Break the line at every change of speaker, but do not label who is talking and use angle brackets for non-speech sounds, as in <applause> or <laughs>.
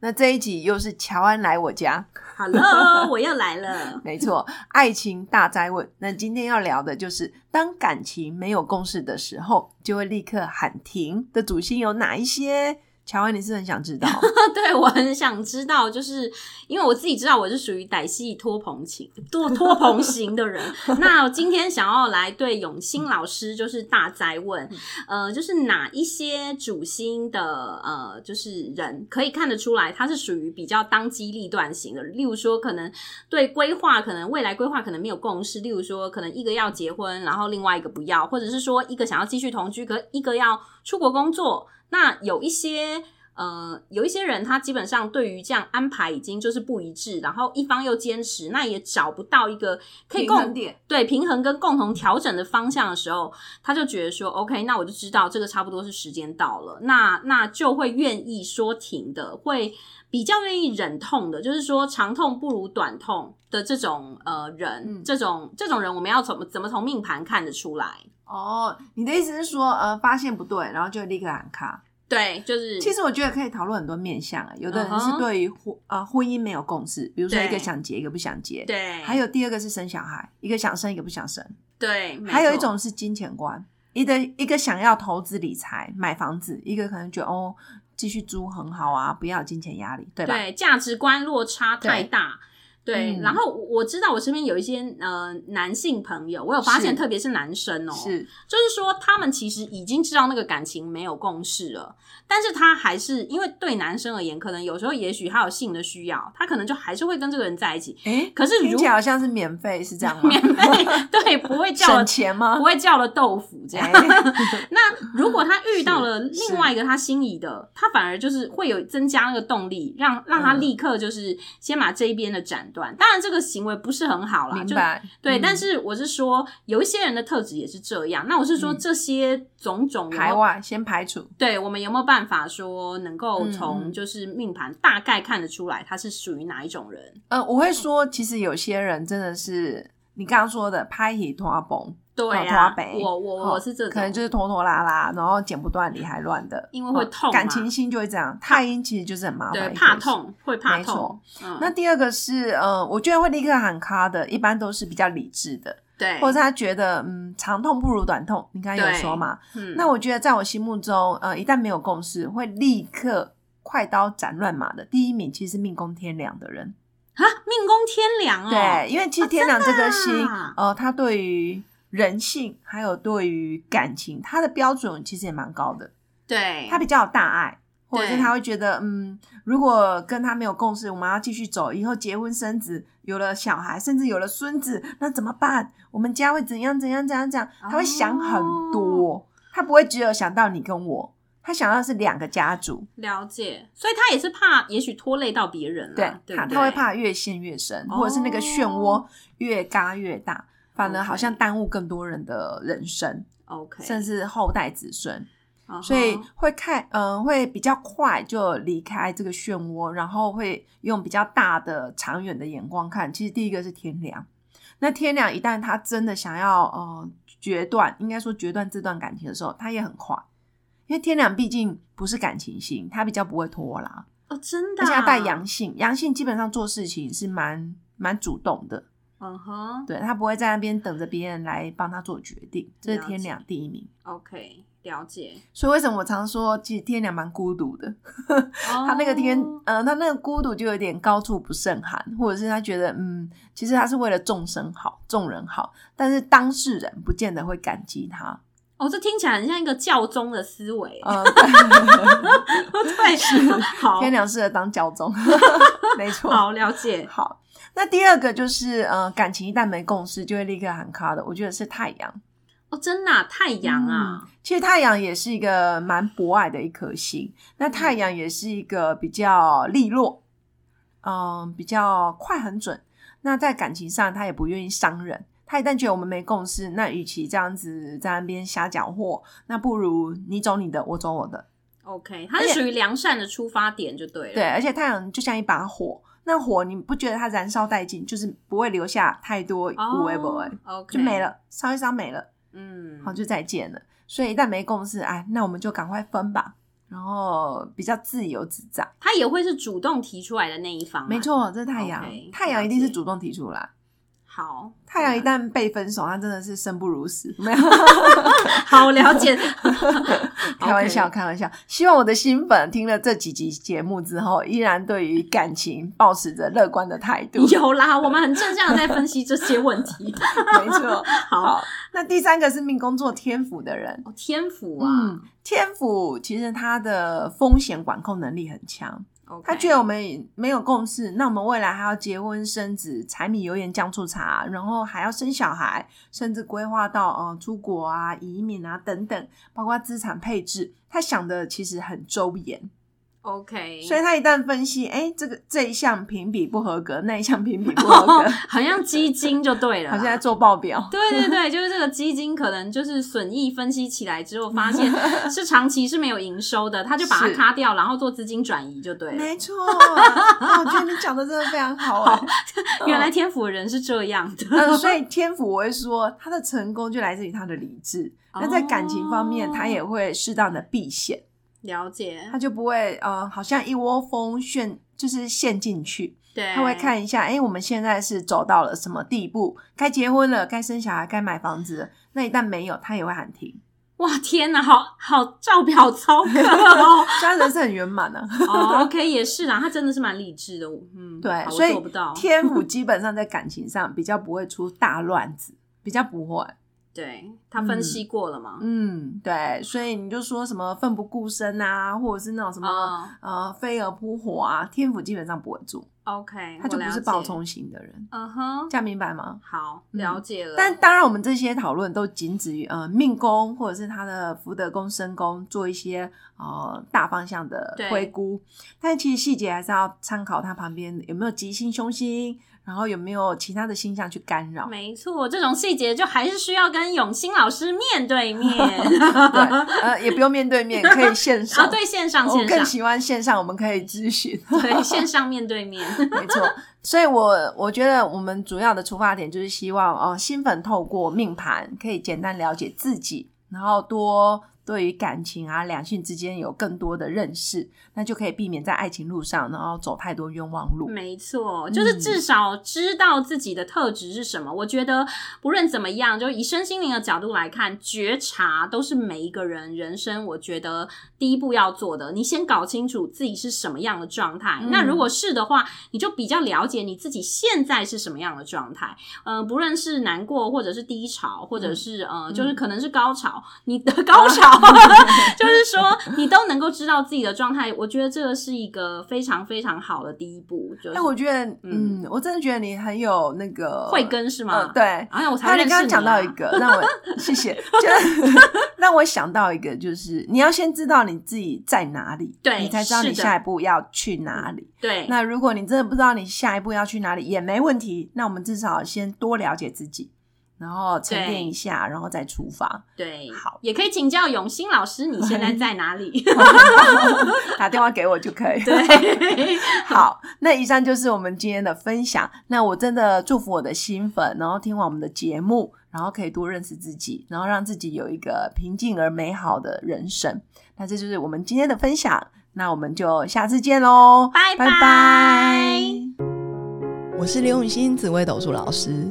那这一集又是乔安来我家，
Hello，我 <laughs> 又来了。
没错，爱情大灾问。那今天要聊的就是，当感情没有共识的时候，就会立刻喊停的主心有哪一些？乔安，你是很想知
<laughs>
道
对，我很想知道，就是因为我自己知道我是属于歹戏拖棚型、拖拖棚型的人。
<laughs>
那我今天想要来对永兴老师就是大灾问，
嗯
呃，就是哪一些主星的呃，就是人可以看得出来，他是属于比较当机立断型的。例如说，可能对规划，可能未来规划可能没有共识。例如说，可能一个要结婚，然后另外一个不要，或者是说一个想要继续同居，可一个要出国工作。那有一些呃，有一些人他基本上对于这样安排已经就是不一致，然后一方又坚持，那也找不到一个可以
平
共
衡点？
对平衡跟共同调整的方向的时候，他就觉得说，OK，那我就知道这个差不多是时间到了，那那就会愿意说停的，会比较愿意忍痛的，就是说长痛不如短痛的这种呃人，
嗯
这种这种人我们要怎么怎么从命盘看得出来？
<laughs> 哦，你的意思是说，呃，发现不对，然后就立刻喊卡。
对，就是
其实我觉得可以讨论很多面向啊，有的人
嗯
是
哼
对于婚呃婚姻没有共识，比如说
对
一个想结，一个不想结。
对，
还有第二个是生小孩，一个想生，一个不想生。
对，没
还有一
错
种是金钱观，一个一个想要投资理财买房子，一个可能觉得哦继续租很好啊，不要有金钱压力，对吧？
对价值观落差太大。对，
嗯
然后我我知道我身边有一些呃男性朋友，我有发现，
是
特别是男生哦、
是
就是说他们其实已经知道那个感情没有共识了，但是他还是因为对男生而言，可能有时候也许他有性的需要，他可能就还是会跟这个人在一起，
<laughs> 哎，
可是
听
如
起来好像是免费，是这样吗？
免费
<laughs>
对不会叫了
省钱吗哎
不？会叫了豆腐这样。 <laughs> 那如果他遇到了
是哎是
另外一个他心仪的，他反而就是会有增加那个动力，让让他立刻就是先把这一边的斩断。当然，这个行为不是很好啦，
明
就
白？嗯
对。但是我是说，有一些人的特质也是这样。那我是说，
嗯
这些种种有没
排
有
外先排除，
对我们有没有办法说能够
嗯
从
嗯
就是命盘大概看得出来他是属于哪一种人？
呃，我会说，其实有些人真的是你刚刚说的拍戏拖崩，
对
哦
啊
拖北，
我我
哦
我是这种，
可能就是拖拖拉拉，然后剪不断理还乱的，
因为会
哦
痛嘛
感情心就会这样。太阴其实就是很麻烦，
对
一
怕
回事。
痛，会怕
没错
痛。嗯，
那第二个是，呃，我觉得会立刻喊卡的，一般都是比较理智的，
对，
或者是他觉得，嗯，长痛不如短痛。你刚刚有说嘛？
嗯
那我觉得在我心目中，呃，一旦没有共识，会立刻快刀斩乱麻的。第一名其实是命宫天良的人，
啊，命宫天良哦，
对，因为其实天良这颗
真
星，
的啊
呃，他对于人性还有对于感情，他的标准其实也蛮高的，
对，
他比较有大爱。或者是
对
他会觉得，嗯，如果跟他没有共识，我们要继续走，以后结婚生子，有了小孩，甚至有了孙子，那怎么办？我们家会怎样怎样怎样怎样？他会想很多，
哦
他不会只有想到你跟我，他想到是两个家族，
了解，所以他也是怕，也许拖累到别人
对
了，，对
他
不对
他会怕越陷越深，
哦
或者是那个漩涡越嘎越大，反而好
OK
像耽误更多人的人生，
，OK，
甚至后代子孙，
嗯哼
所以会看，嗯、会比较快就离开这个漩涡，然后会用比较大的、长远的眼光看。其实第一个是天良，那天良一旦他真的想要，嗯、决断，应该说决断这段感情的时候，他也很快。因为天良毕竟不是感情型，他比较不会拖拉，
哦，真的
而
啊，
且他带阳性，阳性基本上做事情是蛮蛮主动的，
嗯哼
对他不会在那边等着别人来帮他做决定，这
了
是
解
天良第一名。
，OK，了解，
所以为什么我常说，其实天良蛮孤独的， <laughs> 他
他
那个天，
哦
呃，他那个孤独就有点高处不胜寒，或者是他觉得，嗯，其实他是为了众生好，众人好，但是当事人不见得会感激他，
哦，这听起来很像一个教宗的思维，
呃，对
<laughs> 对， <laughs> 好，
天良适合当教
<laughs>
宗，没错，
好了解，
好，那第二个就是呃，感情一旦没共识，就会立刻喊卡的。我觉得是太阳，
哦，真的啊太阳啊
嗯，其实太阳也是一个蛮博爱的一颗星，那太阳也是一个比较利落，嗯、比较快很准。那在感情上，他也不愿意伤人。他一旦觉得我们没共识，那与其这样子在那边瞎搅和，那不如你走你的，我走我的。
OK，它是属于良善的出发点就对了。
对，而且太阳就像一把火，那火你不觉得它燃烧殆尽，就是不会留下太多
哦
无为不为，
o k
就没。了，烧一烧没了，
嗯，
好就再见了。所以一旦没共识，哎，那我们就赶快分吧，然后比较自由自在。
他也会是主动提出来的那一方、啊
没。错，这是太阳
OK，
太阳一定是
了解啊
主动提出来。
好，
太阳一旦被分手，他真的是生不如死。 <laughs>
<laughs>
没有
好了解。。
<laughs> 开玩笑，开玩笑。希望我的新粉听了这几集节目之后，依然对于感情保持着乐观的态度
有啦，我们很正向的在分析这些问题。
<laughs> 没错。
好，
好，那第三个是命宫做天府的人。
哦天府啊
嗯，，天府其实他的风险管控能力很强。
OK
他觉得我们没有共识，那我们未来还要结婚生子，柴米油盐酱醋茶，然后还要生小孩，甚至规划到呃出国啊、移民啊等等，包括资产配置，他想的其实很周延。
OK， <laughs>
所以他一旦分析，哎、这个这一项评比不合格，那一项评比不合
<laughs>
格，
好像基金就对
<laughs>
了啦。
好像在做报表。
对对对，就是这个基金可能就是损益分析起来之后，发
<laughs>
现是长期是没有营收的，他就把它
是
卡掉，然后做资金转移就对啊了。
没错，啊我觉得你讲的真的非常好、哎。
原来天府的人是这样的，
嗯，所以天府我会说，他的成功就来自于他的理智。那在感情方面，
哦
他也会适当的避险，
了解
他，就不会呃，好像一窝蜂陷，就是陷进去。
对，
他会看一下，哎、我们现在是走到了什么地步？该结婚了，该生小孩，该买房子了。那一旦没有，他也会喊停。
哇，天哪，好好照表操
<laughs>
课哦。
所以他人生很圆满啊呢。
哦，OK，也是啦，他真的是蛮理智的，
<laughs>
嗯，
对
好，
所
我
以
做不到，
天府基本上在感情上比较不会出大乱子，比较不会。
对他分析过了嘛，
嗯，对，所以你就说什么奋不顾身啊，或者是那种什么、
哦
呃飞蛾扑火啊，天府基本上不会做，
，OK，
他就
我
不
了
是
解
暴，冲型的人，
嗯哼
这，样明白吗？
好，
嗯
了解了，
但当然，我们这些讨论都仅止于呃命宫或者是他的福德宫、身宫做一些呃大方向的
对
推估，但其实细节还是要参考他旁边有没有吉星、凶星，然后有没有其他的星象去干扰。
没错，这种细节就还是需要跟永兴老师面对面
<laughs> 对，呃，也不用面对面，可以线
<laughs> 啊，
上。
对线上
我
线
更
上，
喜欢线上，我们可以咨
<laughs>
询。
对线上面对面，
没错，所以我我觉得我们主要的出发点就是希望，呃，新粉透过命盘可以简单了解自己，然后多对于感情啊、两性之间有更多的认识，那就可以避免在爱情路上，然后走太多冤枉路。嗯
没错，就是至少知道自己的特质是什么。我觉得不论怎么样，就以身心灵的角度来看，觉察都是每一个人人生，我觉得第一步要做的。你先搞清楚自己是什么样的状态。
嗯
那如果是的话，你就比较了解你自己现在是什么样的状态。嗯、不论是难过，或者是低潮，或
嗯
者是、呃，就是可能是高潮，你的 <laughs>
啊
高潮， <laughs> 就是说你都能够知道自己的状态。我觉得这个是一个非常非常好的第一步，就是。
哎，我觉得，嗯，我真的觉得你很有那个
慧，根是吗？
嗯，。对。
哎呀，我才
还有
认识
你刚刚
你
讲到
啊
一个，让我谢谢，就是
<laughs>
让我想到一个，就是你要先知道你自己在哪里，
对
你才知道你
是的
下一步要去哪里。
对，
那如果你真的不知道你下一步要去哪里，也没问题。那我们至少先多了解自己，然后沉淀一下，然后再出发，
对，
好哦
也可以请教永兴老师，你现在在哪
<laughs>
里？
打电话给我就可以。
<laughs> 对，
<laughs> 好，那以上就是我们今天的分享。那我真的祝福我的新粉，然后听完我们的节目，然后可以多认识自己，然后让自己有一个平静而美好的人生。那这就是我们今天的分享，那我们就下次见喽，
拜
拜拜。我是刘永新，紫薇斗数老师。